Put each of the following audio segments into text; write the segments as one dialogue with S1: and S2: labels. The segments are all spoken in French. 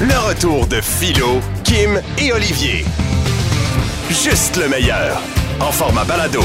S1: Le retour de Philo, Kim et Olivier. Juste le meilleur. En format balado.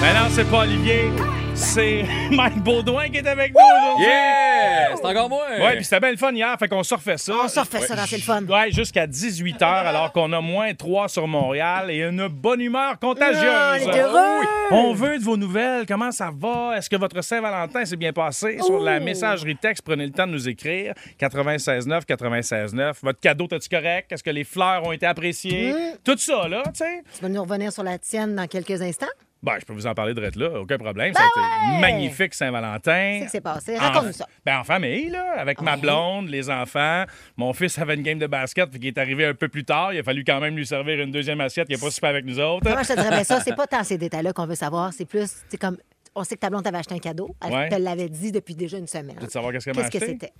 S2: Ben non, c'est pas Olivier, c'est Mike Baudouin qui est avec nous aujourd'hui.
S3: Yeah!
S4: Oh!
S3: C'est encore moi!
S2: Ouais, puis c'était bien le fun hier, fait qu'on se refait ça.
S4: On se refait ça, dans c'est le fun.
S2: Ouais, jusqu'à 18h, alors qu'on a moins 3 sur Montréal et une bonne humeur
S4: Ah,
S2: contagieuse.
S4: on est heureux.
S2: On veut de vos nouvelles. Comment ça va? Est-ce que votre Saint-Valentin s'est bien passé? Sur la messagerie texte, prenez le temps de nous écrire. 96.9, 96.9. Votre cadeau, t'as-tu correct? Est-ce que les fleurs ont été appréciées?
S4: Hmm?
S2: Tout ça, là, tu sais.
S4: Tu vas nous revenir sur la tienne dans quelques instants.
S2: Ben, je peux vous en parler de là, aucun problème. ça a été
S4: Ben ouais!
S2: magnifique Saint-Valentin.
S4: Qu'est-ce qui s'est passé? Raconte-nous
S2: En-
S4: ça.
S2: Ben, en famille, là, avec ma
S4: Ouais.
S2: blonde, les enfants. Mon fils avait une game de basket, puis qui est arrivé un peu plus tard. Il a fallu quand même lui servir une deuxième assiette. Il n'est pas super avec nous autres.
S4: Comment je te dirais bien ça? C'est pas tant ces détails-là qu'on veut savoir. C'est plus, c'est comme, on sait que ta blonde t'avait acheté un cadeau. Elle
S2: Ouais.
S4: te l'avait dit depuis déjà une semaine.
S2: veux savoir qu'est-ce qu'elle m'a
S4: Qu'est-ce que
S2: acheté?
S4: c'était?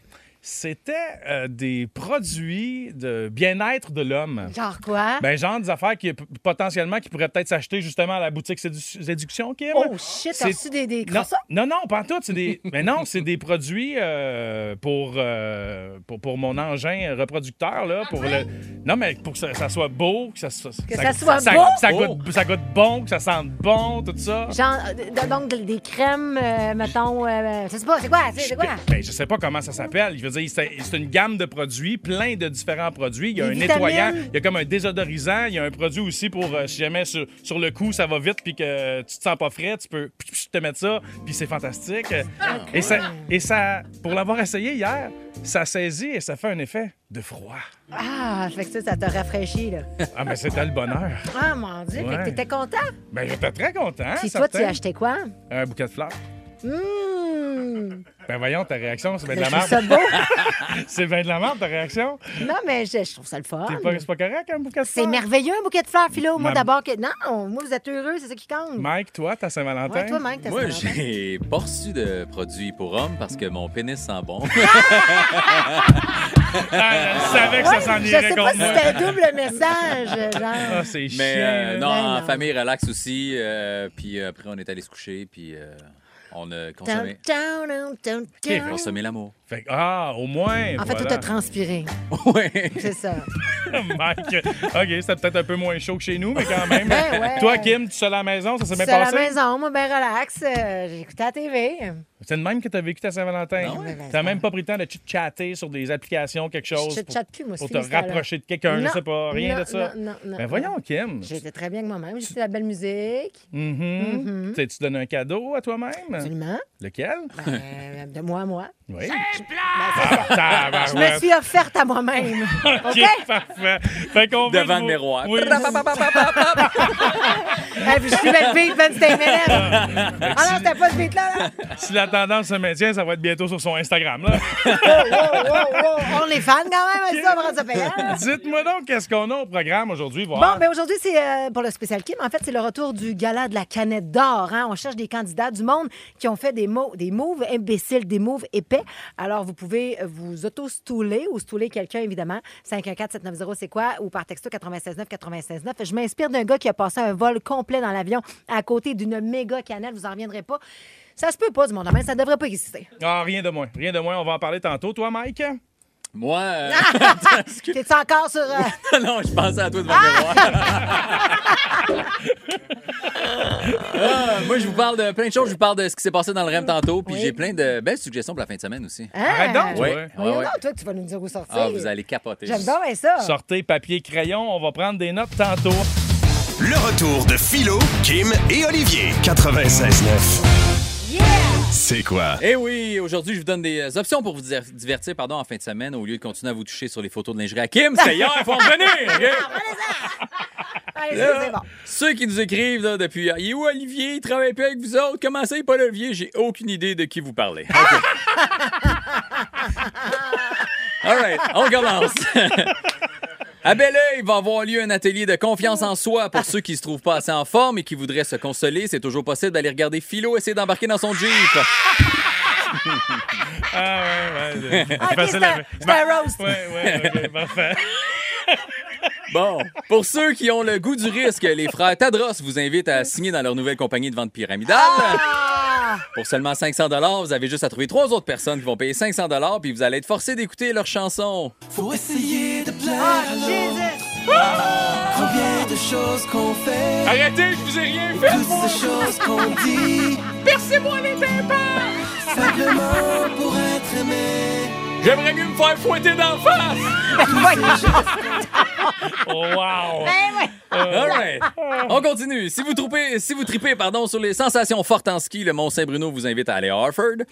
S2: C'était euh, des produits de bien-être de l'homme.
S4: Genre quoi?
S2: Ben, genre des affaires qui, p- potentiellement qui pourraient peut-être s'acheter justement à la boutique Sédu- Séduction, Kim.
S4: Oh, shit, t'as
S2: C'est-
S4: reçu des- des
S2: non,
S4: croissants?
S2: non, non, pas en tout. C'est des... Mais non, c'est des produits euh, pour, euh, pour, pour mon engin reproducteur. Là, pour le... Non, mais pour que ça, ça soit beau, que ça,
S4: Que ça soit beau?
S2: Ça,
S3: Beau.
S2: goûte, ça goûte bon, que ça sente bon, tout ça.
S4: Genre, euh, de- donc, de- des crèmes, euh, mettons, euh, je sais pas, c'est quoi? C'est c'est quoi?
S2: Ben, je sais pas comment ça s'appelle. Je veux dire, c'est c'est une gamme de produits, plein de différents produits. Il y a
S4: Des
S2: un
S4: vitamines.
S2: nettoyant, il y a comme un désodorisant, il y a un produit aussi pour euh, si jamais sur, sur le coup ça va vite puis que tu te sens pas frais, tu peux pch, pch, te mettre ça, puis c'est fantastique. Et ça, et ça, pour l'avoir essayé hier, ça saisit et ça fait un effet de froid.
S4: Ah, fait que ça, ça t'a rafraîchi, là.
S2: Ah, mais c'était le bonheur.
S4: Ah, mon Dieu, fait
S2: Ouais.
S4: que t'étais content.
S2: Ben, j'étais très content.
S4: Puis toi,
S2: certain.
S4: tu as acheté quoi?
S2: Un bouquet de fleurs.
S4: Hum!
S2: Ben, voyons ta réaction, c'est bien de
S4: Je
S2: la
S4: trouve ça
S2: merde.
S4: beau.
S2: C'est bien de la merde ta réaction.
S4: Non, mais je, je trouve ça le fun.
S2: C'est pas, c'est pas correct, un bouquet de fleurs.
S4: C'est merveilleux, un bouquet de fleurs, Philo. Moi,
S2: Ma-
S4: d'abord, que... non, moi, vous êtes heureux, c'est ça qui compte.
S2: Mike, toi, ta Saint-Valentin?
S4: Ouais, toi, Mike, t'as
S3: Moi,
S4: ça.
S3: j'ai pas reçu de produits pour hommes parce que mon pénis sent bon.
S2: Ah, je savais que ça
S4: Ouais,
S2: s'en
S4: je
S2: irait
S4: sais pas
S2: contre
S4: si
S2: moi.
S4: c'était un double message, genre.
S2: Ah, c'est chiant.
S3: Mais euh, non,
S4: Ben
S3: en
S4: non.
S3: famille, relax aussi. euh, puis euh, après, on est allé se coucher, puis euh, on a consommé,
S4: Dun, dun, dun, dun, dun.
S3: consommé l'amour.
S2: Fait que- ah, au moins.
S4: En fait, tout a transpiré.
S3: ouais.
S4: C'est ça.
S2: Mike. OK, c'était peut-être un peu moins chaud que chez nous, mais quand même.
S4: Ben ouais.
S2: Toi, Kim, tu seul à la maison, ça s'est bien
S4: C'est à la
S2: passé?
S4: maison, moi, ben relax. euh, J'ai écouté la TV.
S2: C'est de même que t'as vécu ta Saint-Valentin.
S3: Non,
S4: ouais.
S2: T'as même pas pris le temps de chit-chatter sur des applications, quelque chose.
S4: Je
S2: pour-
S4: chatte plus, moi, c'est
S2: Pour te
S4: fini, ce temps-là.
S2: rapprocher de quelqu'un, je
S4: Non,
S2: sais pas, rien
S4: non,
S2: de ça.
S4: non, non, non,
S2: ben voyons, Kim.
S4: J'étais très bien avec moi-même. J'ai fait de la belle musique.
S2: Mhm.
S4: Mm-hmm.
S2: T'as- Tu donnes un cadeau à toi-même?
S4: Absolument.
S2: Lequel?
S4: Ben, de moi à moi.
S2: Oui.
S4: Ben, c'est ça.
S2: Ah,
S4: Je me suis offerte à moi-même. OK?
S2: OK, parfait. Fait qu'on veut
S3: Devant
S2: de
S3: le
S2: vos-
S3: miroir.
S2: Oui.
S4: Ah, puis je suis belle beat, Ben Steinman. Ah non, t'as pas ce beat-là, là?
S2: Si la tendance se maintient, ça va être bientôt sur son Instagram. Là.
S4: Oh, on est fan quand même, ça, on va rendre ça payant.
S2: Dites-moi donc qu'est-ce qu'on a au programme aujourd'hui. voir.
S4: Bon, ben aujourd'hui, c'est euh, pour le spécial Kim. En fait, c'est le retour du gala de la canette d'or. hein. On cherche des candidats du monde qui ont fait des, mo- des moves imbéciles, des moves épais. Alors, vous pouvez vous auto-stouler ou stouler quelqu'un, évidemment. 514-790, c'est quoi? Ou par texto 969-969. Je m'inspire d'un gars qui a passé un vol complet dans l'avion à côté d'une méga canette. Vous en reviendrez pas. Ça se peut pas, du monde. Mais ça devrait pas exister.
S2: Ah, rien de moins. Rien de moins. On va en parler tantôt. Toi, Mike?
S3: Moi, euh,
S4: Ah! T'es-tu encore sur... euh,
S3: non, je pensais à toi devant le miroir. Ah, moi, je vous parle de plein de choses. Je vous parle de ce qui s'est passé dans le REM tantôt, puis j'ai plein de belles suggestions pour la fin de semaine aussi.
S4: hein?
S2: Arrête donc,
S3: Ouais,
S2: toi.
S3: ouais,
S4: Voyons
S3: ouais.
S4: donc, toi, que tu vas nous dire où sortir.
S3: Ah, vous allez capoter.
S4: J'aime bien ça.
S2: Sortez papier, crayon. On va prendre des notes tantôt.
S1: Le retour de Philo, Kim et Olivier. 96.9. C'est quoi?
S3: Eh oui, aujourd'hui, je vous donne des euh, options pour vous diver- divertir pardon, en fin de semaine au lieu de continuer à vous toucher sur les photos de lingerie à Kim. C'était hier, il faut revenir! ok?
S4: Allez, ça, Ah, c'est bon.
S3: Ceux qui nous écrivent là, depuis hier, il est où Olivier? Il travaille plus avec vous autres. Comment ça, il est pas là, Olivier? J'ai aucune idée de qui vous parlez. OK. All right, on commence. À Belleuil va avoir lieu un atelier de confiance en soi pour ceux qui se trouvent pas assez en forme et qui voudraient se consoler. C'est toujours possible d'aller regarder Philo essayer d'embarquer dans son Jeep.
S2: Ah, ouais, ouais. C'est
S4: Ok,
S2: facile
S4: c'est
S2: à-
S4: un, c'est un roast.
S2: Ouais, ouais, ok, parfait.
S3: Bon, pour ceux qui ont le goût du risque, les frères Tadros vous invitent à signer dans leur nouvelle compagnie de vente pyramidale.
S4: Ah!
S3: Pour seulement 500 vous avez juste à trouver trois autres personnes qui vont payer 500 puis vous allez être forcé d'écouter leur chanson.
S5: Faut essayer de plaire
S4: Ah,
S5: à l'autre.
S4: Jesus!
S5: Combien de choses qu'on fait
S2: Arrêtez, je vous ai rien fait!
S5: Toutes ces choses qu'on dit
S2: Percez-moi les tympans!
S5: Simplement pour être aimé
S2: J'aimerais mieux me faire fouetter d'en face! Oh, wow!
S4: Ben ouais.
S3: All right. On continue. Si vous trouvez, si vous tripez, pardon, sur les sensations fortes en ski, le Mont Saint-Bruno vous invite à aller à Harford.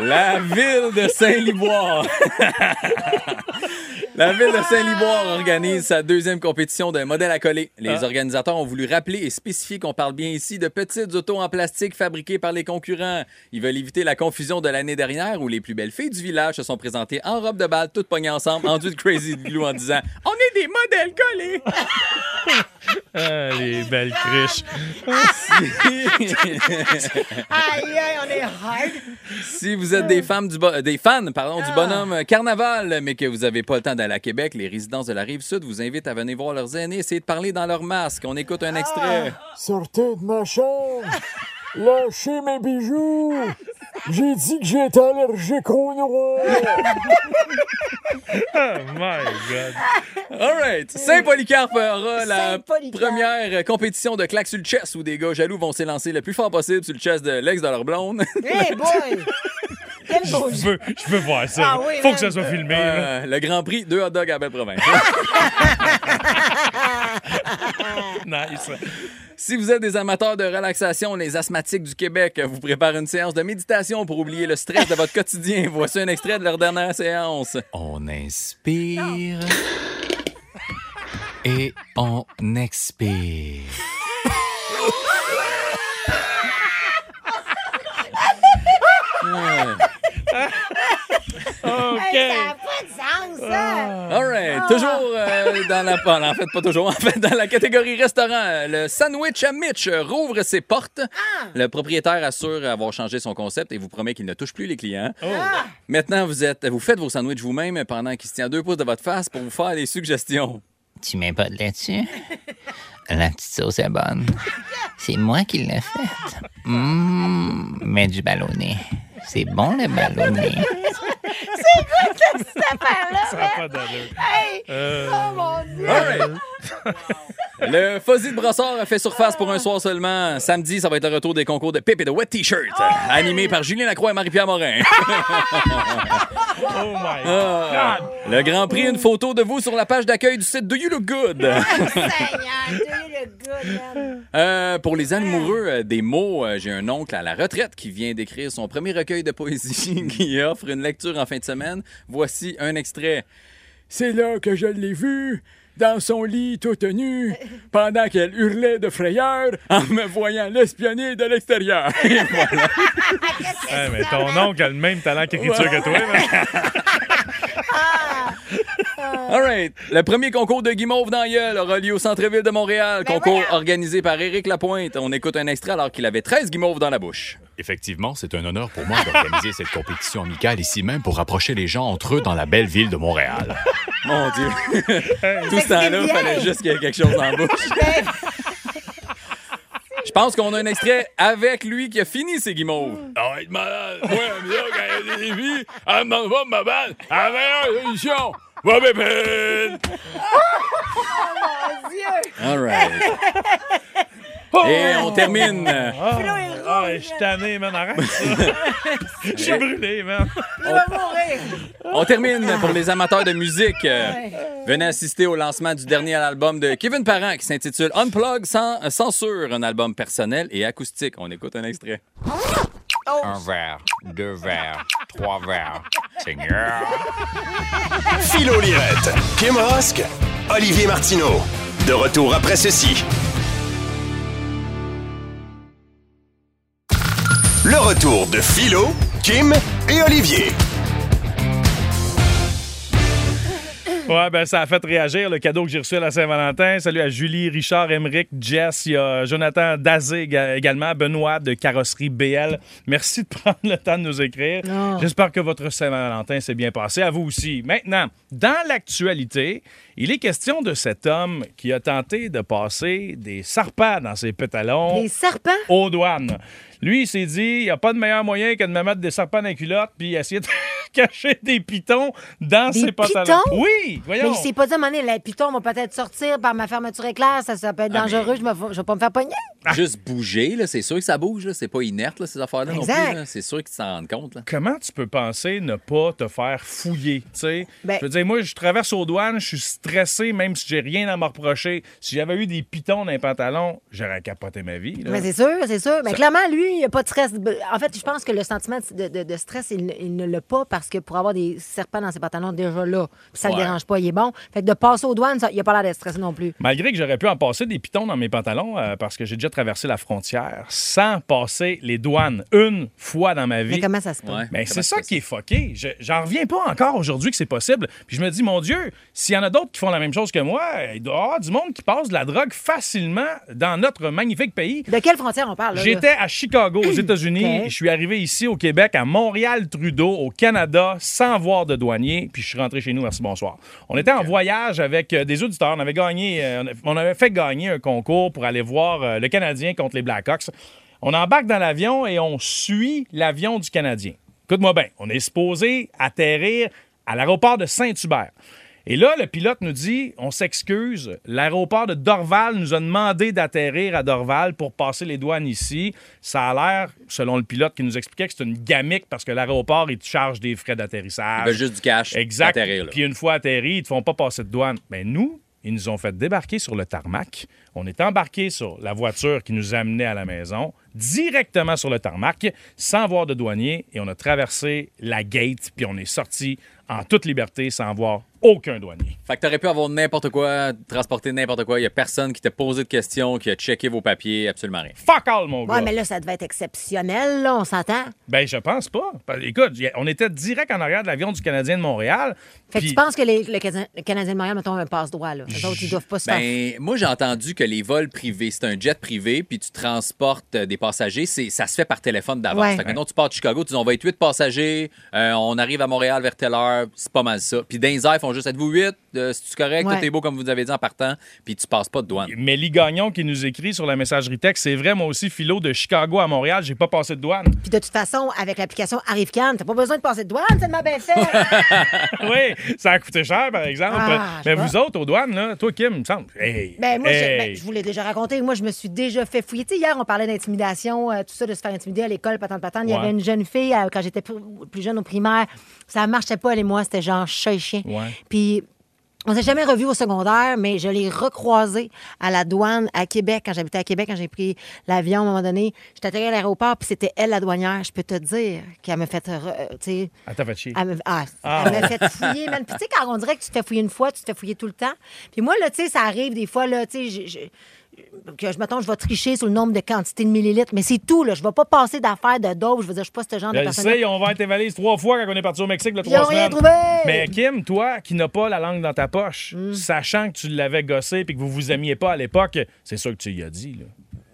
S3: La ville de Saint-Liboire. La ville de Saint-Liboire organise sa deuxième compétition d'un modèle à coller. Les organisateurs ont voulu rappeler et spécifier qu'on parle bien ici de petites autos en plastique fabriquées par les concurrents. Ils veulent éviter la confusion de l'année dernière où les plus belles filles du village se sont présentées en robe de balle, toutes pognées ensemble, enduites de crazy glue en disant « On est des modèles collés!
S2: Ah, les belles criches!
S3: Si-
S4: Aïe, aïe, on est hard. »
S3: Si vous êtes des, femmes du bo- euh, des fans pardon, du bonhomme Carnaval, mais que vous n'avez pas le temps d'aller à Québec, les résidences de la Rive-Sud vous invitent à venir voir leurs aînés et essayer de parler dans leur masque. On écoute un extrait.
S6: Sortez de ma chambre! Lâchez mes bijoux! J'ai dit que j'étais allergique au noir!
S2: Oh my God!
S3: All right. Saint-Polycarpe aura la
S4: Saint-Polycarpe.
S3: première euh, compétition de claque sur le chest où des gars jaloux vont s'élancer le plus fort possible sur le chest de l'ex de leur blonde.
S4: Hey boy! Quel beau
S2: Je
S4: jeu!
S2: veux, je veux voir ça.
S4: Ah oui,
S2: Faut
S4: man.
S2: que ça soit filmé. là.
S3: Euh, le Grand Prix, deux hot dogs à Belle-Province.
S2: Nice.
S3: si vous êtes des amateurs de relaxation, les asthmatiques du Québec vous préparent une séance de méditation pour oublier le stress de votre quotidien. Voici un extrait de leur dernière séance.
S5: On inspire Et on expire
S4: Hey, ça
S2: OK.
S4: n'a pas de sens, ça!
S2: Ah.
S3: All right. Toujours euh, dans la... ah, non, en fait, pas toujours. En fait, dans la catégorie restaurant, euh, le sandwich à Mitch euh, rouvre ses portes. Le propriétaire assure avoir changé son concept et vous promet qu'il ne touche plus les clients. Maintenant, vous, êtes, vous faites vos sandwichs vous-même pendant qu'il se tient à deux pouces de votre face pour vous faire des suggestions.
S7: Tu mets pas de laitue? La petite sauce est bonne. C'est moi qui l'ai faite. Mmh, mets du ballonné. C'est bon le ballonné.
S2: Ça n'a pas d'allure.
S4: Oh mon Dieu!
S3: All right. Le Fuzzy de Brossard a fait surface pour un soir seulement. Samedi, ça va être le retour des concours de Pip et de Wet T-shirt, animé par Julien Lacroix et Marie-Pierre Morin.
S2: Oh my
S3: Ah.
S2: God.
S3: Le Grand Prix, une photo de vous sur la page d'accueil du site Do You Look Good.
S4: Seigneur, t'es le good, man.
S3: Euh, pour les amoureux euh, des mots, euh, j'ai un oncle à la retraite qui vient d'écrire son premier recueil de poésie qui offre une lecture en fin de semaine. Voici un extrait. C'est là que je l'ai vue, dans son lit toute nue, pendant qu'elle hurlait de frayeur en me voyant l'espionner de l'extérieur. Et voilà.
S2: Hey, mais ton oncle a le même talent qu'écriture que toi. man.
S3: All right. Le premier concours de Guimauve dans la gueule aura lieu au centre-ville de Montréal.
S4: Ben
S3: concours
S4: voyons.
S3: organisé par Éric Lapointe. On écoute un extrait alors qu'il avait 13 Guimauves dans la bouche.
S8: Effectivement, c'est un honneur pour moi d'organiser cette compétition amicale ici même pour rapprocher les gens entre eux dans la belle ville de Montréal.
S3: Mon Dieu. Tout ce temps-là, il
S4: bien. Ben.
S3: fallait juste qu'il y ait quelque chose dans la bouche. Je pense qu'on a un extrait avec lui qui a fini ses guimauves.
S8: Arrête Ah malade! Moi, la musique, elle a des vies, elle me demande pas de ma balle, la meilleure solution! Va, bébé!
S4: Mon Dieu!
S3: Oh, All right. Et on termine.
S2: Ah, je suis tanné, man. Arrête ça. Je suis brûlé, man.
S4: Je vais mourir!
S3: On termine pour les amateurs de musique. Euh, Venez assister au lancement du dernier album de Kevin Parent qui s'intitule Unplug sans euh, censure, un album personnel et acoustique. On écoute un extrait.
S8: Un verre, deux verres, trois verres. Seigneur!
S1: Philo Lirette, Kim Rosk, Olivier Martineau. De retour après ceci. Le retour de Philo, Kim et Olivier.
S2: Ouais, ben ça a fait réagir le cadeau que j'ai reçu à la Saint-Valentin. Salut à Julie, Richard, Emeric, Jess, il y a Jonathan Dazé éga- également, Benoît de Carrosserie BL. Merci de prendre le temps de nous écrire. J'espère que votre Saint-Valentin s'est bien passé. À vous aussi. Maintenant, dans l'actualité, il est question de cet homme qui a tenté de passer des sarpents dans ses pétalons
S4: Les serpents?
S2: aux douanes. Lui, il s'est dit, il n'y a pas de meilleur moyen que de me mettre des serpents dans les culottes puis essayer de cacher des pitons dans
S4: Des
S2: ses pantalons.
S4: pitons?
S2: Oui,
S4: Mais
S2: voyons.
S4: il s'est pas dit, mané, les pitons vont peut-être sortir par ma fermeture éclair, ça, ça peut
S2: Ah,
S4: être dangereux, je, me, vais- je vais pas me faire pogner.
S3: Juste bouger, là, c'est sûr que ça bouge. là. C'est pas inerte, là, ces affaires-là non plus.
S4: Exact.
S3: là. C'est sûr qu'ils s'en rendent compte. là.
S2: Comment tu peux penser ne pas te faire fouiller, tu sais?
S4: Ben-
S2: je veux dire, moi, je traverse aux douanes, je suis stressé, même si j'ai rien à me reprocher. Si j'avais eu des pitons dans les pantalons, j'aurais capoté ma vie. là.
S4: Mais c'est sûr, c'est sûr. Mais clairement, lui, il n'a pas de stress. En fait, je pense que le sentiment de, de- de stress, il, ne- il ne l'a pas parce que pour avoir des serpents dans ses pantalons, déjà là, puis ça ne
S3: Ouais.
S4: le dérange pas, il est bon. Fait que de passer aux douanes, ça, il n'a pas l'air d'être stressé non plus.
S2: Malgré que j'aurais pu en passer des pitons dans mes pantalons euh, parce que j'ai déjà traversé la frontière sans passer les douanes une fois dans ma vie.
S4: Mais comment ça se passe?
S3: Ouais.
S2: Mais
S3: Comment
S2: c'est
S3: tu
S2: ça
S3: fais
S2: qui est fucké. Je- J'en reviens pas encore aujourd'hui que c'est possible. Puis je me dis, mon Dieu, s'il y en a d'autres qui font la même chose que moi, il doit y avoir du monde qui passe de la drogue facilement dans notre magnifique pays.
S4: De quelle frontière on parle? là, là?
S2: J'étais à Chicago, aux États-Unis.
S4: Ok.
S2: Je suis arrivé ici, au Québec, à Montréal-Trudeau, au Canada, sans voir de douanier. Puis je suis rentré chez nous. Merci, bonsoir. On était en voyage avec euh, des auditeurs. On avait gagné, euh, on a- on avait fait gagner un concours pour aller voir euh, le Canadien contre les Blackhawks. On embarque dans l'avion et on suit l'avion du Canadien. Écoute-moi bien, on est supposé atterrir à l'aéroport de Saint-Hubert. Et là, le pilote nous dit, on s'excuse, l'aéroport de Dorval nous a demandé d'atterrir à Dorval pour passer les douanes ici. Ça a l'air, selon le pilote qui nous expliquait, que c'est une gamique parce que l'aéroport, il te charge des frais d'atterrissage.
S3: Ils veulent juste du cash.
S2: Exact.
S3: Atterrir, là.
S2: Puis une fois atterri, ils te font pas passer de douane. Mais nous, ils nous ont fait débarquer sur le tarmac. On est embarqué sur la voiture qui nous amenait à la maison, directement sur le tarmac, sans voir de douanier, et on a traversé la gate, puis on est sorti en toute liberté sans voir aucun douanier.
S3: Fait que t'aurais pu avoir n'importe quoi, transporter n'importe quoi. Il y a personne qui t'a posé de questions, qui a checké vos papiers, absolument rien.
S2: Fuck all, mon gars!
S4: Ouais, mais là, ça devait être exceptionnel, là, on s'entend.
S2: Ben, je pense pas. Parce- Écoute, y a- on était direct en arrière de l'avion du Canadien de Montréal.
S4: Fait que
S2: puis-
S4: tu penses que les- le, Canadien, le Canadien de Montréal, mettons, un passe-droit, là. Les autres, ils doivent pas se faire.
S3: Ben, moi, j'ai entendu que les vols privés, c'est un jet privé, puis tu transportes euh, des passagers, c'est, ça se fait par téléphone d'avance.
S4: Ouais.
S3: Fait que maintenant, tu pars de Chicago, tu dis on va être 8 passagers, euh, on arrive à Montréal vers telle heure, c'est pas mal ça. Puis dans les airs, ils font juste êtes-vous 8, c'est-tu correct,
S4: Ouais.
S3: tout est beau comme vous avez dit en partant, puis tu passes pas de douane.
S2: Mélie Gagnon qui nous écrit sur la messagerie texte, c'est vrai, moi aussi, philo de Chicago à Montréal, j'ai pas passé de douane.
S4: Puis de toute façon, avec l'application ArriveCan, t'as pas besoin de passer de douane, c'est tellement bien fait.
S2: oui, ça a coûté cher, par exemple.
S4: Ah, je
S2: mais
S4: sais
S2: vous autres, aux douanes, là, toi, Kim, il me semble. Hey,
S4: Ben, moi, je- ben,
S2: hey.
S4: je vous l'ai déjà raconté. Moi, je me suis déjà fait fouiller. Tu sais, hier, on parlait d'intimidation, euh, tout ça, de se faire intimider à l'école, patente, patente. Il y
S2: Ouais.
S4: avait une jeune fille, euh, quand j'étais pr- plus jeune au primaire, ça marchait pas, elle et moi. C'était genre chat et chien.
S2: Ouais.
S4: Puis. On s'est jamais revus au secondaire, mais je l'ai recroisé à la douane à Québec. Quand j'habitais à Québec, quand j'ai pris l'avion, à un moment donné, j'étais atterri à l'aéroport, puis c'était elle, la douanière. Je peux te dire qu'elle me fait... re- euh, tu sais,
S2: Ah, t'as fait chier.
S4: elle me- ah,
S2: Ah.
S4: elle m'a fait fouiller, man. Puis tu sais, quand on dirait que tu te fais fouiller une fois, tu te fais fouiller tout le temps. Puis moi, là, tu sais, ça arrive des fois, là, tu sais, j'ai- j'ai- que je m'attends, je vais tricher sur le nombre de quantités de millilitres, mais c'est tout, là. Je vais pas passer d'affaires de dose. Je veux dire, je suis pas ce genre
S2: Je
S4: de
S2: le
S4: personne.
S2: sais, on va tes valises trois fois quand on est parti au Mexique le
S4: Puis ils
S2: trois
S4: ont rien
S2: semaines.
S4: trouvé!
S2: Mais Kim, toi, qui n'as pas la langue dans ta poche,
S4: Hmm.
S2: sachant que tu l'avais gossé puis que vous vous aimiez pas à l'époque, c'est sûr que tu y as dit, là.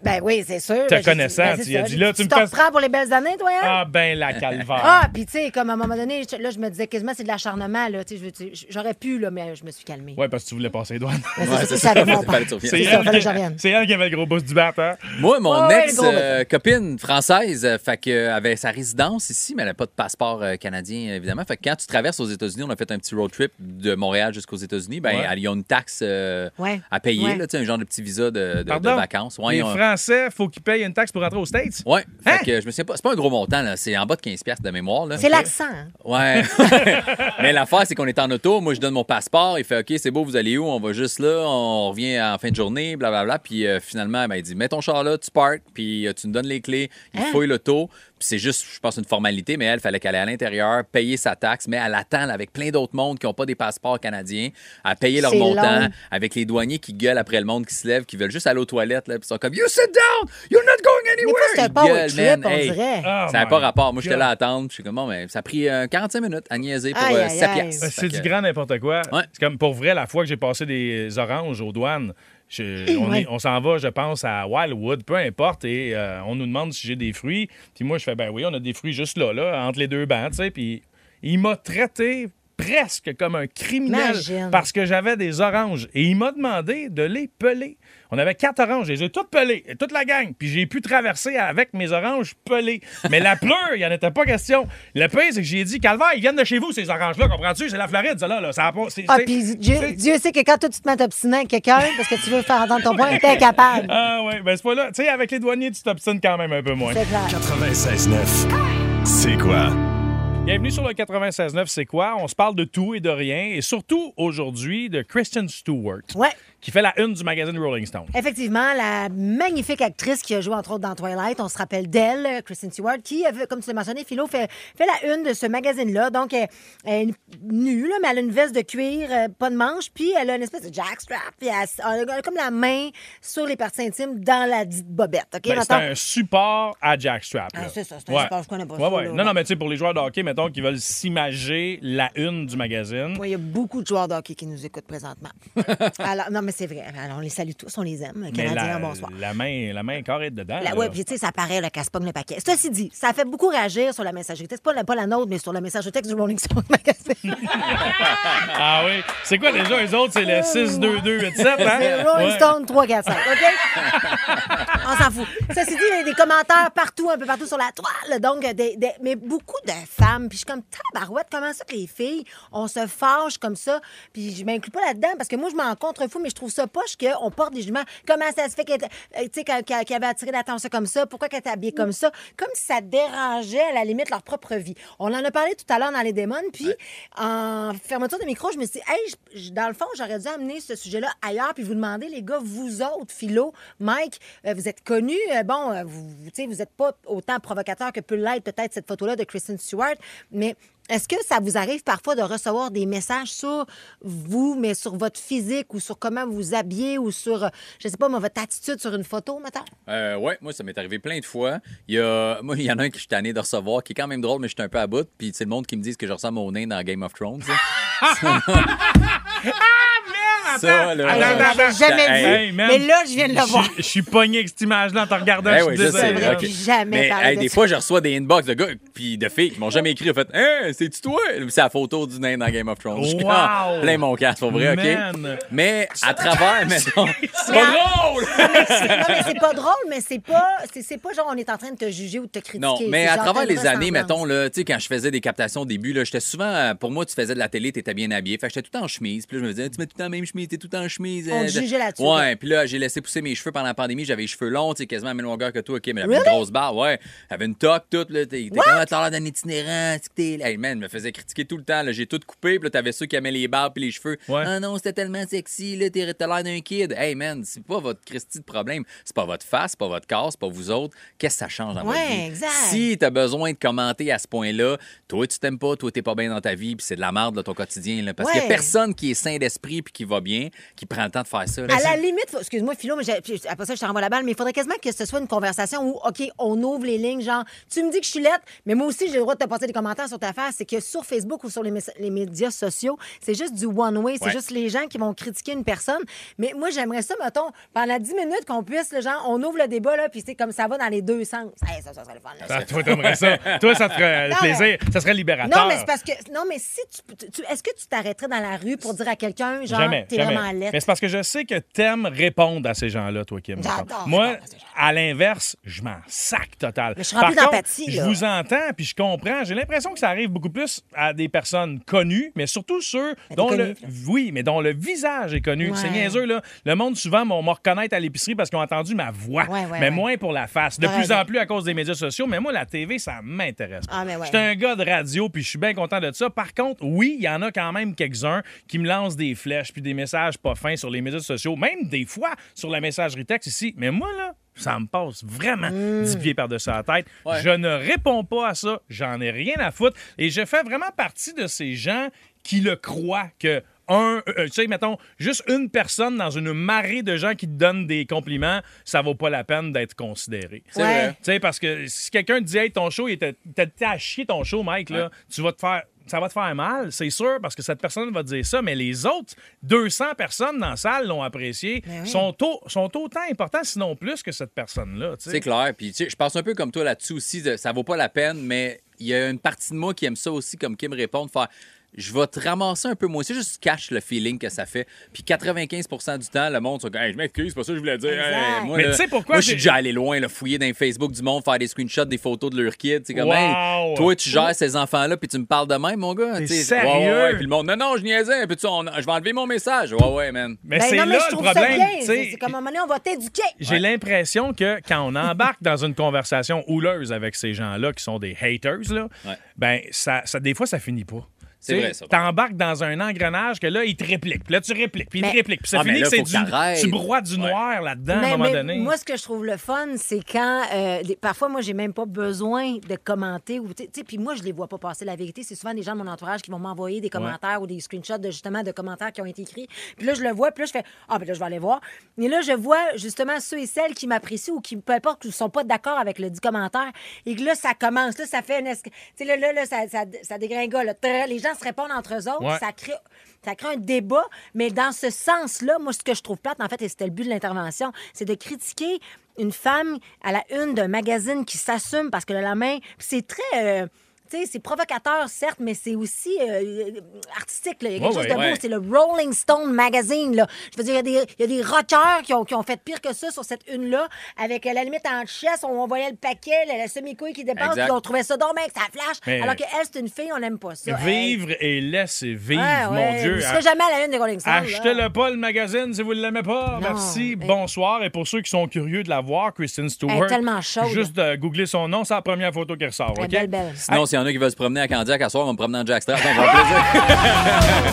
S4: Ben oui, c'est sûr.
S2: Te
S4: Ben, j'ai-
S2: connaissant,
S4: ben, c'est
S2: tu y as
S4: ça.
S2: dit, là, tu me
S4: te
S2: fasses-
S4: reprends pour les belles années, toi, hein?
S2: Ah, ben, la calvaire.
S4: Ah, puis tu sais, comme à un moment donné, je- là, je me disais quasiment c'est de l'acharnement, là. Tu sais, je veux- tu- j'aurais pu, là, mais je me suis calmée.
S2: Ouais, parce que tu voulais passer les douanes.
S4: Mais
S3: Ouais,
S4: c'est
S3: c'est
S4: ça,
S3: ça.
S4: ça mon
S3: Fallait
S4: père.
S3: que tu reviennes.
S4: C'est
S2: C'est
S4: ça,
S2: elle,
S4: fallait que
S2: qui-
S4: je revienne.
S2: c'est elle qui avait le gros boss du bat, hein?
S3: Moi, mon
S4: Ouais, ouais, le gros
S3: ex-copine française, euh, fait que, euh, avait sa résidence ici, mais elle n'a pas de passeport euh, canadien, évidemment. Fait que quand tu traverses aux États-Unis, on a fait un petit road trip de Montréal jusqu'aux États-Unis, ben,
S2: Ouais.
S3: elle- ils ont une taxe euh,
S4: Ouais.
S3: à payer,
S4: Ouais.
S3: là, tu sais, un genre de petit visa de, de- de
S2: Pardon?
S3: vacances. Ouais,
S2: les
S3: ils ont-
S2: Français, faut qu'ils payent une taxe pour rentrer aux States?
S3: ouais. Fait
S2: Hein?
S3: que, euh, je me sais pas, c'est pas un gros montant, là, c'est en bas de 15$ piastres de mémoire. là.
S4: C'est l'accent. hein.
S3: Ouais. Mais l'affaire, c'est qu'on est en auto. Moi, je donne mon passeport. Il fait OK, c'est beau, vous allez où? On va juste là. On revient en fin de journée, blablabla. Puis euh, finalement, ben, il dit Mets ton char là, tu parques, puis euh, tu nous donnes les clés. Il
S4: Hein?
S3: fouille l'auto. Puis c'est juste, je pense, une formalité, mais elle, fallait qu'elle aille à l'intérieur, payer sa taxe. Mais elle attend là, avec plein d'autres mondes qui n'ont pas des passeports canadiens, à payer leur
S4: C'est
S3: montant,
S4: long.
S3: avec les douaniers qui gueulent après le monde qui se lève, qui veulent juste aller aux toilettes, là, puis ils sont comme You said
S8: sit down! You're not going
S4: Des fois, c'est
S8: anywhere!
S4: un power
S3: gueule, man.
S4: trip, on
S3: Hey.
S4: dirait.
S2: Ah,
S3: ça n'a
S2: my
S3: pas rapport. Moi, j'étais
S2: God.
S3: là à attendre. Je suis comme, bon, mais ça a pris euh, 45 minutes à niaiser pour
S4: Aïe,
S3: euh,
S4: aïe,
S3: 7
S4: aïe.
S3: piastres.
S2: Ben, C'est
S3: Fait
S2: du
S3: que-
S2: grand n'importe quoi.
S3: Ouais.
S2: C'est comme pour vrai, la fois que j'ai passé des oranges aux douanes, je- on,
S4: Ouais.
S2: est- on s'en va, je pense, à Wildwood, peu importe, et euh, on nous demande si j'ai des fruits. Puis moi, je fais, ben oui, on a des fruits juste là, là, entre les deux bancs, tu sais. Puis il m'a traité presque comme un criminel
S4: Imagine.
S2: parce que j'avais des oranges et il m'a demandé de les peler. On avait quatre oranges, je les ai toutes pelées, et toute la gang. Puis j'ai pu traverser avec mes oranges pelées. Mais la pleure, il n'y en était pas question. Le pire, c'est que j'ai dit, Calvaire, ils viennent de chez vous, ces oranges-là, comprends-tu? C'est la Floride, ça, là. là. Ça a pas- c'est-
S4: Ah,
S2: c'est-
S4: puis
S2: c'est-
S4: Dieu, Dieu sait que quand toi, tu te mets à t'obstiner avec quelqu'un parce que tu veux faire entendre ton point, t'es incapable.
S2: Ah ouais, ben c'est pas là. Tu sais, avec les douaniers, tu t'obstines quand même un peu moins.
S4: C'est clair.
S1: 96.9. C'est quoi?
S2: Bienvenue sur le 96.9, c'est quoi? On se parle de tout et de rien, et surtout aujourd'hui de Kristen Stewart,
S4: Ouais,
S2: qui fait la une du magazine Rolling Stone.
S4: effectivement, la magnifique actrice qui a joué entre autres dans Twilight, on se rappelle d'elle, euh, Kristen Stewart, qui, avait, comme tu l'as mentionné, Philo, fait, fait la une de ce magazine-là. Donc, elle, elle est nue, là, mais elle a une veste de cuir, euh, pas de manche, puis elle a une espèce de jackstrap, puis elle, s- elle a comme la main sur les parties intimes dans la dite bobette. OK?
S2: Ben, c'est
S4: Mettons-
S2: un support à Jackstrap.
S4: Ah,
S2: là.
S4: c'est ça, c'est un support, je connais pas
S2: Ouais,
S4: ça,
S2: ouais.
S4: là.
S2: Non, non, mais tu sais, pour les joueurs de hockey, mettons, qui veulent s'imager la une du magazine.
S4: Oui, il y a beaucoup de joueurs de hockey qui nous écoutent présentement. Alors, non, mais c'est vrai. Alors, on les salue tous, on les aime.
S2: mais
S4: Canadiens,
S2: la,
S4: bonsoir.
S2: la main, la main est carrée dedans.
S4: La-
S2: là.
S4: ouais, puis tu sais, ça paraît le casse le paquet. Ceci dit, ça fait beaucoup réagir sur la messagerie texte. Pas la, pas la nôtre, mais sur la messagerie texte du Rolling Stone Magazine.
S2: Ah oui. C'est quoi déjà, eux autres?
S4: Oh,
S2: C'est le 6-2-2-8-7, hein?
S4: C'est Rolling
S2: Ouais.
S4: Stone 345, OK? On s'en fout. Ceci dit, il y a des commentaires partout, un peu partout sur la toile. Donc, des- des- mais beaucoup de femmes. Puis je suis comme, tabarouette, comment ça que les filles, on se fâche comme ça? Puis je m'inclus pas là-dedans parce que moi, je m'en contrefous, mais je trouve ça poche qu'on porte des jugements. Comment ça se fait qu'elle était- euh, tu sais, qu'elle- qu'elle- qu'elle avait attiré l'attention comme ça? Pourquoi qu'elle était habillée comme ça? Comme si ça dérangeait, à la limite, leur propre vie. On en a parlé tout à l'heure dans Les Démons. Puis, en fermeture de micro, je me suis dit, hey, je- je- dans le fond, j'aurais dû amener ce sujet-là ailleurs, puis vous demander, les gars, vous autres, Philo, Mike, euh, vous êtes connus, euh, bon, euh, vous, vous- tu sais, vous n'êtes pas autant provocateur que peut l'être peut-être cette photo-là de Kristen Stewart, mais est-ce que ça vous arrive parfois de recevoir des messages sur vous, mais sur votre physique ou sur comment vous vous habillez ou sur, euh, je sais pas, moi, votre attitude sur une photo, maintenant?
S3: Euh, ouais, moi, ça m'est arrivé plein de fois. Il y, a... moi, il y en a un que je suis tanné de recevoir, qui est quand même drôle, mais je suis un peu à bout. Puis c'est le monde qui me dit que je ressemble au nain dans Game of Thrones. là. ça, là.
S2: Ah, Attends, attends, attends.
S4: jamais
S3: ben,
S4: vu.
S2: hey, man.
S4: mais là, je viens de le
S2: Je-
S4: voir.
S2: Je suis pogné avec cette image-là en te regardant.
S3: Eh
S2: je suis
S3: oui, je
S2: désolé,
S3: sais,
S4: vrai,
S2: là.
S3: ok.
S4: puis jamais
S3: Mais
S4: parler
S3: hey,
S4: de
S3: des
S4: ça.
S3: fois, je reçois des inbox de gars puis de filles qui m'ont jamais écrit. Ils ont fait Hein, c'est-tu toi? C'est la photo du nain dans Game of Thrones. Je suis comme, Ah,
S2: Wow!
S3: plein mon casque, pour vrai,
S2: Man.
S3: OK? Mais à travers, mettons. C'est pas drôle!
S4: non, mais c'est pas drôle, mais c'est pas, c'est, c'est pas genre on est en train de te juger ou de te critiquer.
S3: Non, mais
S4: C'est
S3: à
S4: genre
S3: travers
S4: une
S3: les années,
S4: ressemblance.
S3: mettons, là, tu sais, quand je faisais des captations au début, là, j'étais souvent, euh, pour moi, tu faisais de la télé, t'étais bien habillé. Fait que j'étais tout en chemise. Puis là, je me disais, tu mets tout le temps la même chemise, t'es tout en chemise.
S4: On
S3: euh,
S4: te
S3: de-
S4: jugeait là-dessus,
S3: Ouais, puis là, j'ai laissé pousser mes cheveux pendant la pandémie. J'avais les cheveux longs, tu sais, quasiment à la même longueur que toi, OK, mais j'avais une grosse barre, ouais. J'avais une toque, toute, là. T'es t'es comme, Ah, t'as l'air d'un itinérant, tu sais, t'es- Hey, man, je me faisait critiquer tout le temps, là. J'ai tout coupé, puis là, t'avais ceux qui aimaient les barbes puis les cheveux.
S2: Ouais.
S3: Ah non, c'était tellement sexy, là, t'es- t'as l'air d'un kid. Hey, man, c'est pas votre Christie de problème. C'est pas votre face, c'est pas votre corps, c'est pas vous autres. Qu'est-ce que ça change dans votre
S4: Ouais,
S3: vie?
S4: exact.
S3: Si t'as besoin de commenter à ce point-là, toi, tu t'aimes pas, toi, t'es pas bien dans ta vie, puis c'est de la merde, là, ton quotidien, là, Parce qu'il y a
S4: Ouais.
S3: personne qui est sain d'esprit puis qui va bien, qui prend le temps de faire ça,
S2: Ben,
S3: là.
S4: À la limite, faut- excuse-moi, Philo, mais j'ai- puis après ça, je te renvoie la balle, mais il faudrait quasiment que ce soit une conversation où, OK, on ouvre les lignes, genre, tu me dis que je suis lettre, mais moi aussi, j'ai le droit de te porter des commentaires sur ta face. C'est que sur Facebook ou sur les, mé- les médias sociaux, c'est juste du one-way, c'est
S3: Ouais.
S4: juste les gens qui vont critiquer une personne. Mais moi, j'aimerais ça, mettons, pendant 10 minutes, qu'on puisse, le genre, on ouvre le débat, là, puis c'est comme ça va dans les deux sens. Hey, ça, ça serait le fun, là.
S2: Ah, toi, t'aimerais ça. toi, ça te ferait
S4: Non,
S2: plaisir. Ça serait libérateur.
S4: Non, mais c'est parce que. Non, mais si tu. tu- tu- Est-ce que tu t'arrêterais dans la rue pour dire à quelqu'un, genre,
S2: jamais,
S4: t'es
S2: jamais.
S4: vraiment
S2: Mais
S4: laide?
S2: c'est parce que je sais que t'aimes répondre à ces gens-là, toi, Kim. mettons.
S4: J'adore
S2: Moi,
S4: répondre à ces gens-là.
S2: à l'inverse, je m'en sac total.
S4: Mais je suis
S2: Par
S4: remplie
S2: contre,
S4: d'empathie,
S2: Je
S4: là.
S2: vous entends, puis je comprends. J'ai l'impression que ça arrive beaucoup plus à des personnes connues, mais surtout ceux
S4: des
S2: dont le
S4: connus, là.
S2: oui, mais dont le visage est connu.
S4: Ouais.
S2: C'est niaiseux, là. Le monde, souvent, m'ont- m'ont reconnaître à l'épicerie parce qu'ils ont entendu ma voix,
S4: Ouais, ouais,
S2: mais
S4: ouais.
S2: moins pour la face. De
S4: T'as
S2: plus
S4: raison.
S2: en plus à cause des médias sociaux, mais moi, la TV, ça m'intéresse. pas.
S4: Ah, mais ouais.
S2: Je suis un un gars de radio, puis je suis bien content de ça. Par contre, oui, il y en a quand même quelques-uns qui me lancent des flèches puis des messages pas fins sur les médias sociaux, même des fois sur la messagerie texte ici. Mais moi, là, ça me passe vraiment dix pieds par-dessus la tête.
S3: Hmm. Ouais.
S2: Je ne réponds pas à ça. J'en ai rien à foutre. Et je fais vraiment partie de ces gens qui le croient que un, euh, tu sais, mettons, juste une personne dans une marée de gens qui te donnent des compliments, ça vaut pas la peine d'être considéré.
S3: C'est
S4: Ouais.
S3: vrai.
S2: Tu sais, parce que si quelqu'un te dit, hey, ton show, il était- t'as t'as à chier ton show, Mike, là, tu vas te faire. Ça va te faire mal, c'est sûr, parce que cette personne va te dire ça, mais les autres 200 personnes dans la salle l'ont apprécié,
S4: Ben oui.
S2: sont, au- sont autant importants, sinon plus, que cette personne-là. tu sais.
S3: C'est clair. Puis, tu sais, je pense un peu comme toi là-dessus aussi. de- ça vaut pas la peine, mais il y a une partie de moi qui aime ça aussi, comme Kim répond, de faire. Je vais te ramasser un peu, moi aussi, juste cache le feeling que ça fait. Puis 95 du temps, le monde, sont comme, Hey, je m'excuse, c'est pas ça que je voulais dire.
S4: Exact.
S3: moi,
S2: Mais
S3: là,
S2: tu sais pourquoi
S3: Moi, je suis
S2: j'ai-
S3: déjà allé loin, là, fouiller dans les Facebook du monde, faire des screenshots des photos de leur kid. C'est comme,
S2: Wow.
S3: Hey, toi, tu gères ces enfants-là, puis tu me parles de même, mon gars.
S2: T'es
S3: Tu sais,
S2: sérieux?
S3: Ouais, ouais, ouais. Puis le monde, non, non, je niaisais. Puis tu sais, on- je vais enlever mon message. Ouais, ouais, man.
S2: Mais
S4: Ben
S2: c'est
S4: non,
S2: là
S4: mais je
S2: le
S4: trouve ça
S2: problème.
S4: bien.
S2: tu
S4: C'est
S2: sais.
S4: c'est comme à un moment donné, on va t'éduquer.
S2: J'ai l'impression que quand on embarque dans une conversation houleuse avec ces gens-là qui sont des haters, là,
S3: Ouais.
S2: ben ça, ça- des fois, ça finit pas.
S3: C'est
S2: Tu sais,
S3: vrai, ça.
S2: T'embarques dans un engrenage que là, ils te répliquent. Puis là, tu répliques. Puis ils
S4: Mais-
S2: te répliquent. Puis ça
S3: Ah, mais
S2: finit
S3: là,
S2: que c'est
S3: faut que t'arrêtes.
S2: du, tu broies du
S3: Ouais.
S2: noir là-dedans à
S4: Mais-
S2: un moment
S4: mais
S2: donné.
S4: Moi, ce que je trouve le fun, c'est quand. euh, des- parfois, moi, j'ai même pas besoin de commenter. Ou, tu sais, tu sais, puis moi, je les vois pas passer la vérité. C'est souvent des gens de mon entourage qui vont m'envoyer des commentaires ou des screenshots de, justement de commentaires qui ont été écrits. Puis là, je le vois. Puis là, je fais Ah, ben là, je vais aller voir. Et là, je vois justement ceux et celles qui m'apprécient ou qui, peu importe, qui sont pas d'accord avec le dit commentaire. Et que là, ça commence. Là, ça fait une. esca- Tu sais, là, là, là, ça, ça, ça dégringole. là. Trrr, Les gens se répondent entre eux autres.
S2: Ouais.
S4: Ça crée, ça crée un débat, mais dans ce sens-là, moi, ce que je trouve plate, en fait, et c'était le but de l'intervention, c'est de critiquer une femme à la une d'un magazine qui s'assume parce que le lendemain, puis c'est très. euh, tu sais, c'est provocateur, certes, mais c'est aussi euh, artistique. là. Il y a quelque
S2: Ouais,
S4: chose de
S2: ouais,
S4: beau.
S3: ouais.
S4: C'est le Rolling Stone Magazine. Là. Je veux dire, il y, a des- il y a des rockers qui ont, qui ont fait pire que ça sur cette une-là, avec euh, la limite en chess, on, on voyait le paquet, la, la semi-couille qui dépasse,
S3: Exact.
S4: puis on trouvait ça dommage, ça flash.
S2: Mais- euh,
S4: Alors qu'elle, c'est une fille, on n'aime pas ça. Hey.
S2: Vivre et laisser vivre,
S4: Ouais,
S2: mon
S4: ouais.
S2: Dieu.
S4: Vous serez jamais à la une des Rolling Stones. là.
S2: Achetez-le pas, le magazine, si vous ne l'aimez pas.
S4: Non,
S2: Merci.
S4: mais-
S2: Bonsoir. Et pour ceux qui sont curieux de la voir, Kristen Stewart.
S4: Elle est tellement chaude.
S2: Juste euh, googler son nom, c'est la première photo qui ressort.
S4: Elle est
S2: OK?
S4: belle, belle.
S3: Sinon, s'il y en a qui veulent se promener à Candiac, à soir, on va me promener en Jackstrap. Ça va me faire plaisir.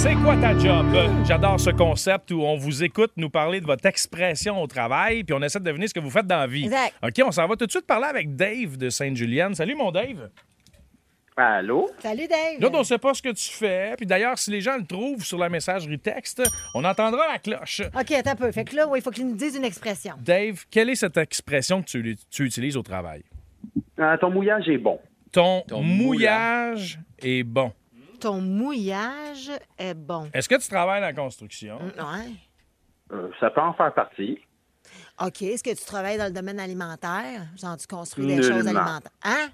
S2: C'est quoi ta job? J'adore ce concept où on vous écoute nous parler de votre expression au travail, puis on essaie de deviner ce que vous faites dans la vie.
S4: Exact.
S2: OK, on s'en va tout de suite parler avec Dave de Sainte-Julienne. Salut, mon Dave.
S9: Allô?
S4: Salut, Dave.
S2: Là, on sait pas ce que tu fais. Puis d'ailleurs, si les gens le trouvent sur la messagerie texte, on entendra la cloche.
S4: OK, attends un peu. Fait que là, ouais, il faut qu'il nous dise une expression.
S2: Dave, quelle est cette expression que tu, tu utilises au travail?
S9: Euh, ton mouillage est bon.
S2: Ton,
S3: Ton
S2: mouillage est bon.
S4: Ton mouillage est bon.
S2: Est-ce que tu travailles dans la construction?
S4: Ouais.
S9: Euh, ça peut en faire partie.
S4: OK. Est-ce que tu travailles dans le domaine alimentaire? Genre, tu construis des
S9: Nullement.
S4: choses alimentaires. Hein?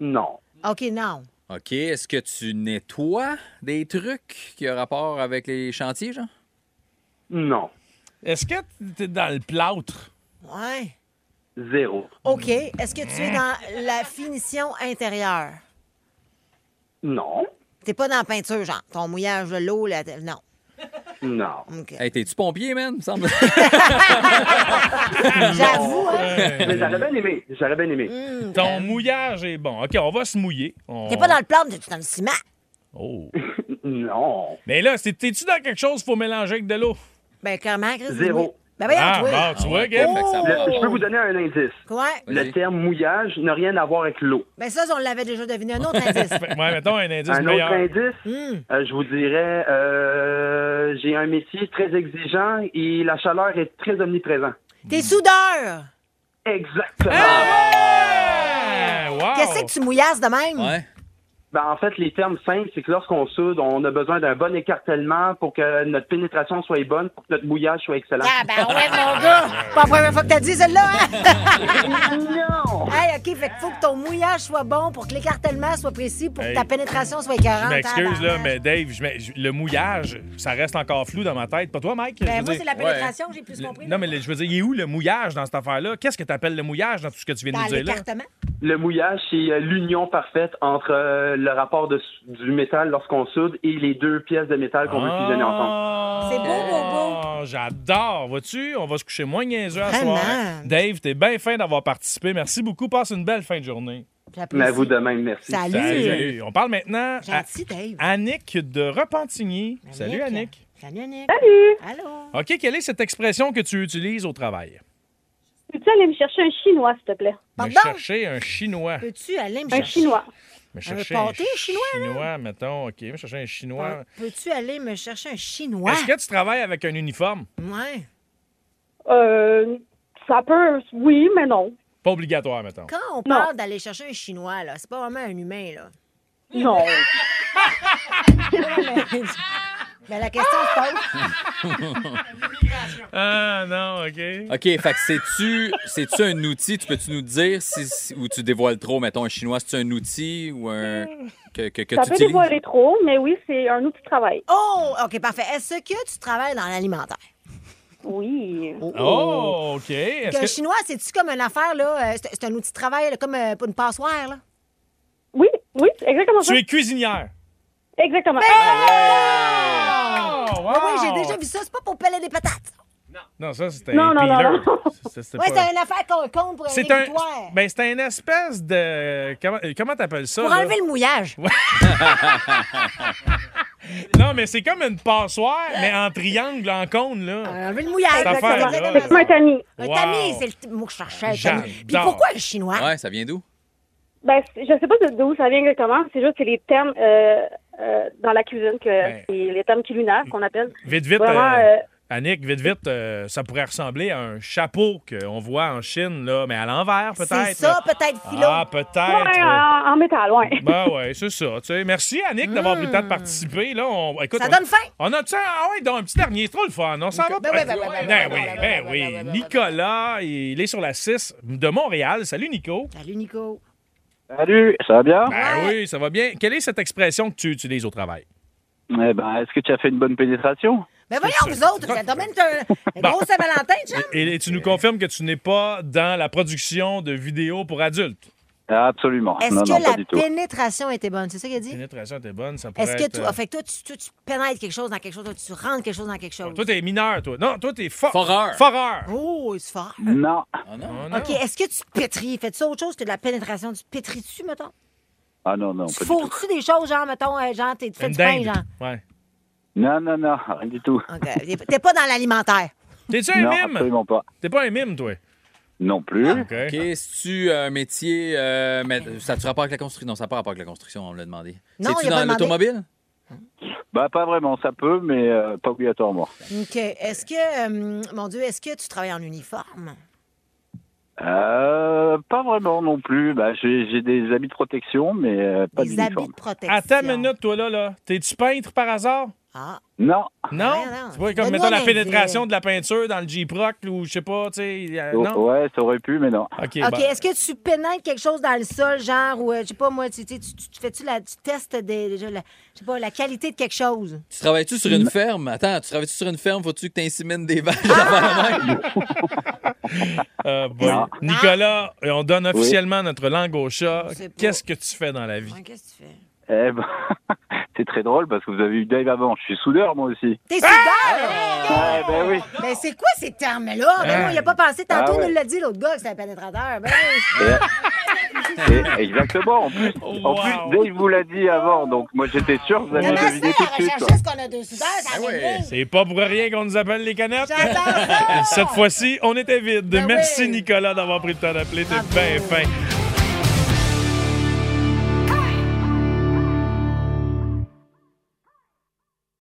S9: Non.
S4: OK, non.
S3: OK, est-ce que tu nettoies des trucs qui ont rapport avec les chantiers, genre?
S9: Non.
S2: Est-ce que tu es dans le plâtre?
S4: Ouais.
S9: Zéro.
S4: OK. Est-ce que tu es dans la finition intérieure?
S9: Non.
S4: T'es pas dans la peinture, genre. Ton mouillage, de l'eau, là. Non.
S9: Non.
S4: OK.
S3: Hey, t'es-tu pompier, man? me semble?
S4: J'avoue, hein?
S9: Mais j'aurais bien aimé. J'aurais bien aimé.
S2: Ton mouillage est bon. OK, on va se mouiller. On-
S4: Euh. T'es pas dans le plan, t'es dans le ciment.
S2: Oh.
S9: Non.
S2: Mais là, c'est- t'es-tu dans quelque chose qu'il faut mélanger avec de l'eau?
S4: Ben, clairement, Chris.
S9: Zéro.
S4: oui. Ben, voyons,
S2: Ah,
S4: toi.
S2: bon, tu vois, Kev?
S3: Fait que ça
S9: Le-
S3: va.
S9: je peux vous donner un indice.
S4: Quoi?
S3: Vas-y.
S9: Le terme mouillage n'a rien à voir avec l'eau.
S4: Ben, ça, on l'avait déjà deviné. Un autre indice.
S2: Ouais, mettons un indice
S9: Un autre
S2: meilleur.
S9: indice, euh, je vous dirais, euh, j'ai un métier très exigeant et la chaleur est très omniprésente.
S4: T'es soudeur.
S2: Oh!
S9: Exactement.
S2: Ah, wow.
S4: Qu'est-ce que tu mouillasses de même?
S3: Ouais.
S9: Ben, en fait, les termes simples, c'est que lorsqu'on soude, on a besoin d'un bon écartèlement pour que notre pénétration soit bonne, pour que notre mouillage soit excellent.
S4: Ah, ben ouais, mon gars! Pas la première fois que t'as dit celle-là, hein?
S9: Non!
S4: hey, OK, fait qu'il faut que ton mouillage soit bon pour que l'écartèlement soit précis, pour
S2: Hey.
S4: que ta pénétration soit
S2: Je
S4: écœurante.
S2: m'excuse, là,
S4: Tabarnak.
S2: mais Dave, je m'ex- le mouillage, ça reste encore flou dans ma tête. Pas toi, Mike? Je veux
S4: Ben, moi,
S2: dire-
S4: c'est la pénétration, j'ai plus compris.
S2: Non, mais le- je veux dire, il est où le mouillage dans cette affaire-là? Qu'est-ce que tu appelles le mouillage dans tout ce que tu viens de
S4: Dans
S2: nous dire là?
S4: l'écartement.
S9: Le mouillage, c'est euh, l'union parfaite entre euh, le rapport de, du métal lorsqu'on soude et les deux pièces de métal qu'on veut fusionner ensemble.
S4: C'est beau, beau,
S2: beau. Ah, J'adore. Vois-tu, on va se coucher moins niaiseux à
S4: Vraiment.
S2: soir. Dave, t'es bien fin d'avoir participé. Merci beaucoup. Passe une belle fin de journée.
S9: Mais
S4: J'apprécie.
S9: à vous de même, merci.
S4: Salut.
S2: Salut. On parle maintenant à
S4: Gentil, Dave.
S2: Annick de Repentigny. Salut, Annick.
S4: Salut, Annick. Salut. Allô.
S2: OK, quelle est cette expression que tu utilises au travail?
S10: Peux-tu aller me chercher un chinois, s'il te plaît?
S2: Me
S4: Pardon?
S2: chercher un chinois.
S4: Peux-tu aller me
S10: Un
S4: chercher?
S10: chinois.
S2: Me
S4: Un
S2: chercher
S4: pâté chinois,
S2: chinois, mettons. OK, me chercher un chinois.
S4: Peux-tu aller me chercher un chinois?
S2: Est-ce que tu travailles avec un uniforme?
S4: Ouais.
S10: Euh, ça peut, oui, mais non.
S2: Pas obligatoire, mettons.
S4: Quand on parle d'aller chercher un chinois, là, c'est pas vraiment un humain, là.
S10: Non.
S4: Mais la question se pose.
S2: Ah, non, OK.
S3: OK, fait que c'est-tu, c'est-tu un outil? Tu peux-tu nous dire si, si- ou tu dévoiles trop, mettons, un chinois? C'est-tu un outil ou un. que, que, que
S10: Ça
S3: tu
S10: peut
S3: utilises?
S10: dévoiler trop, mais oui, c'est un outil de travail.
S4: Oh, OK, parfait. Est-ce que tu travailles dans l'alimentaire?
S10: Oui.
S2: Oh, OK. Est-ce
S4: Un
S2: que-
S4: chinois, c'est-tu comme une affaire, là? euh, C'est c'est un outil de travail, là, comme euh, pour une passoire, là?
S10: Oui, oui, c'est exactement ça.
S2: Tu Ah! es cuisinière.
S10: Exactement.
S2: Oh, wow.
S4: Ah Oui, j'ai déjà vu ça. C'est pas pour peler des patates.
S2: Non, ça, c'était
S10: Non,
S2: un
S10: non, non,
S2: peeler.
S10: non.
S2: C'est- c'est
S4: Oui,
S2: pas-
S4: c'est une affaire qu'on compte pour un
S2: C'est un.
S4: récupératoire.
S2: Ben, c'est une espèce de. Comment euh, comment t'appelles ça?
S4: Pour
S2: là?
S4: enlever le mouillage.
S2: Non, mais c'est comme une passoire, mais en triangle, en cône, là.
S4: Enlever le mouillage.
S2: Cette
S4: exactement,
S2: affaire-là,
S4: exactement.
S10: C'est comme un tamis.
S4: Un
S2: Wow.
S4: tamis, c'est le t- mot que je cherchais. un tamis. Puis
S2: J'adore.
S4: pourquoi le chinois?
S3: Ouais, ça vient d'où?
S10: Ben, c'est- je sais pas de- d'où ça vient exactement. C'est juste que les termes euh, euh, dans la cuisine, que
S2: Ben.
S10: c'est les termes culinaires qu'on appelle.
S2: Vite, vite.
S10: Vraiment,
S2: euh,
S10: euh,
S2: Annick, vite, vite, euh, ça pourrait ressembler à un chapeau qu'on voit en Chine, là, mais à l'envers, peut-être.
S4: C'est ça, hein.
S2: là.
S4: peut-être, Philo.
S2: Ah, peut-être.
S10: ouais, en, en métal, ouais.
S2: Ben ouais, c'est ça. Tu sais. Merci, Annick, d'avoir pris le temps de participer. Là, on... Écoute,
S4: Hmm. Ça
S2: on-
S4: donne faim.
S2: On a ah ouais, donc un petit dernier, c'est trop le fun. On s'en va.
S4: Ben ouais, ben ouais, ben ouais,
S2: oui,
S4: ben ouais,
S2: ben
S4: ben
S2: oui.
S4: ouais, ben ouais, ben
S2: Nicolas, il est sur la 6 de Montréal. Salut, Nico.
S4: Salut, Nico.
S9: Salut, ça va bien?
S2: Ben oui, ça va bien. Quelle est cette expression que tu utilises au travail?
S9: Eh ben, est-ce que tu as fait une bonne pénétration?
S4: Ben voyons, vous autres, ça domaine un gros Saint-Valentin, chum.
S2: Et, et tu nous confirmes que tu n'es pas dans la production de vidéos pour adultes.
S9: Absolument.
S4: Est-ce
S9: non,
S4: que
S9: non, pas du
S4: la
S9: tout.
S4: pénétration était bonne? C'est ça qu'elle dit?
S2: Pénétration était bonne, ça pourrait
S4: Est-ce que
S2: être,
S4: tu.
S2: euh,
S4: ah, Fait que toi, tu, toi, tu pénètres quelque chose dans quelque chose, toi, tu rentres quelque chose dans quelque chose.
S2: Toi, t'es mineur, toi. Non, toi, t'es for...
S3: Foreur.
S2: foreur.
S4: Oh, c'est fort.
S9: Non.
S2: Oh, non.
S4: OK, est-ce que tu pétris? Fais-tu ça autre chose que de la pénétration? Tu pétris-tu, mettons?
S9: Ah non, non,
S4: Tu
S9: pas du tout.
S4: fourres-tu des choses, genre, mettons, euh, genre, t'es- tu fais
S2: Une
S4: du pain,
S2: dingue.
S4: genre?
S2: Ouais.
S9: Non, non, non, rien du tout.
S4: OK. T'es pas dans l'alimentaire.
S2: T'es-tu un
S9: Non,
S2: mime?
S9: absolument pas.
S2: T'es pas un mime, toi. Ah,
S9: Non plus.
S2: OK.
S3: OK, c'est-tu un métier. euh, mais, ça tu rapport avec la construction? Non, ça n'a pas rapport avec la construction, on me l'a demandé.
S4: Non, il
S3: C'est-tu
S4: a pas
S3: dans
S4: demandé.
S3: l'automobile?
S9: Bah, pas vraiment, ça peut, mais euh, pas obligatoirement.
S4: OK. Est-ce que, euh, mon Dieu, est-ce que tu travailles en uniforme?
S9: Euh, pas vraiment non plus. Bah, j'ai j'ai des habits de protection, mais euh, pas
S4: des habits
S9: d'uniforme.
S4: de protection.
S2: À ta minute, toi, là, là. T'es-tu peintre par hasard?
S4: Ah.
S9: Non.
S2: Non?
S4: Ouais, non.
S2: C'est pas comme,
S4: Donne-nous
S2: mettons,
S4: un
S2: la
S4: indice.
S2: pénétration de la peinture dans le Jeep-Rock ou je sais pas, tu sais. euh,
S9: O-
S2: non?
S9: Oh, ouais, ça aurait pu, mais non.
S2: OK, bah,
S4: OK,
S2: bon.
S4: est-ce que tu pénètres quelque chose dans le sol, genre, ou, euh, je sais pas, moi, tu, tu, tu, tu- tu fais-tu la, tu testes des, déjà la, je sais pas, la qualité de quelque chose?
S3: Tu travailles-tu sur une ferme? Attends, tu travailles-tu sur une ferme? Faut-tu que tu insémines des vaches?
S2: Euh, bon. Nicolas, euh, on donne officiellement notre langue au chat.
S4: Je sais pas.
S2: Qu'est-ce que tu fais dans la vie?
S4: Ouais, Hein, Qu'est-ce que tu fais?
S9: Eh ben, c'est très drôle parce que vous avez eu Dave avant. Je suis soudeur, moi aussi. Ah,
S4: T'es soudeur!
S9: Ouais, ben oui.
S4: Ben, c'est quoi ces termes-là? Ben, moi, il a pas pensé. Tantôt,
S9: Ah ouais.
S4: on nous l'a dit, l'autre gars, que c'est un pénétrateur. Ben,
S9: Et- exactement. En plus, en
S2: Wow.
S9: plus, Dave vous l'a dit avant, donc moi j'étais sûr que vous
S4: il y a
S9: alliez
S4: ma
S9: deviner tout
S4: sœur,
S9: de
S4: elle
S9: suite.
S4: cherchait ce qu'on a de soudeur, ça
S3: Ah ouais.
S4: avait mis.
S2: C'est pas pour rien qu'on nous appelle les canettes.
S4: J'entends ça!
S2: Cette fois-ci, on était vide.
S4: Ben
S2: Merci
S4: oui.
S2: Nicolas d'avoir pris le temps d'appeler. T'es bien fin.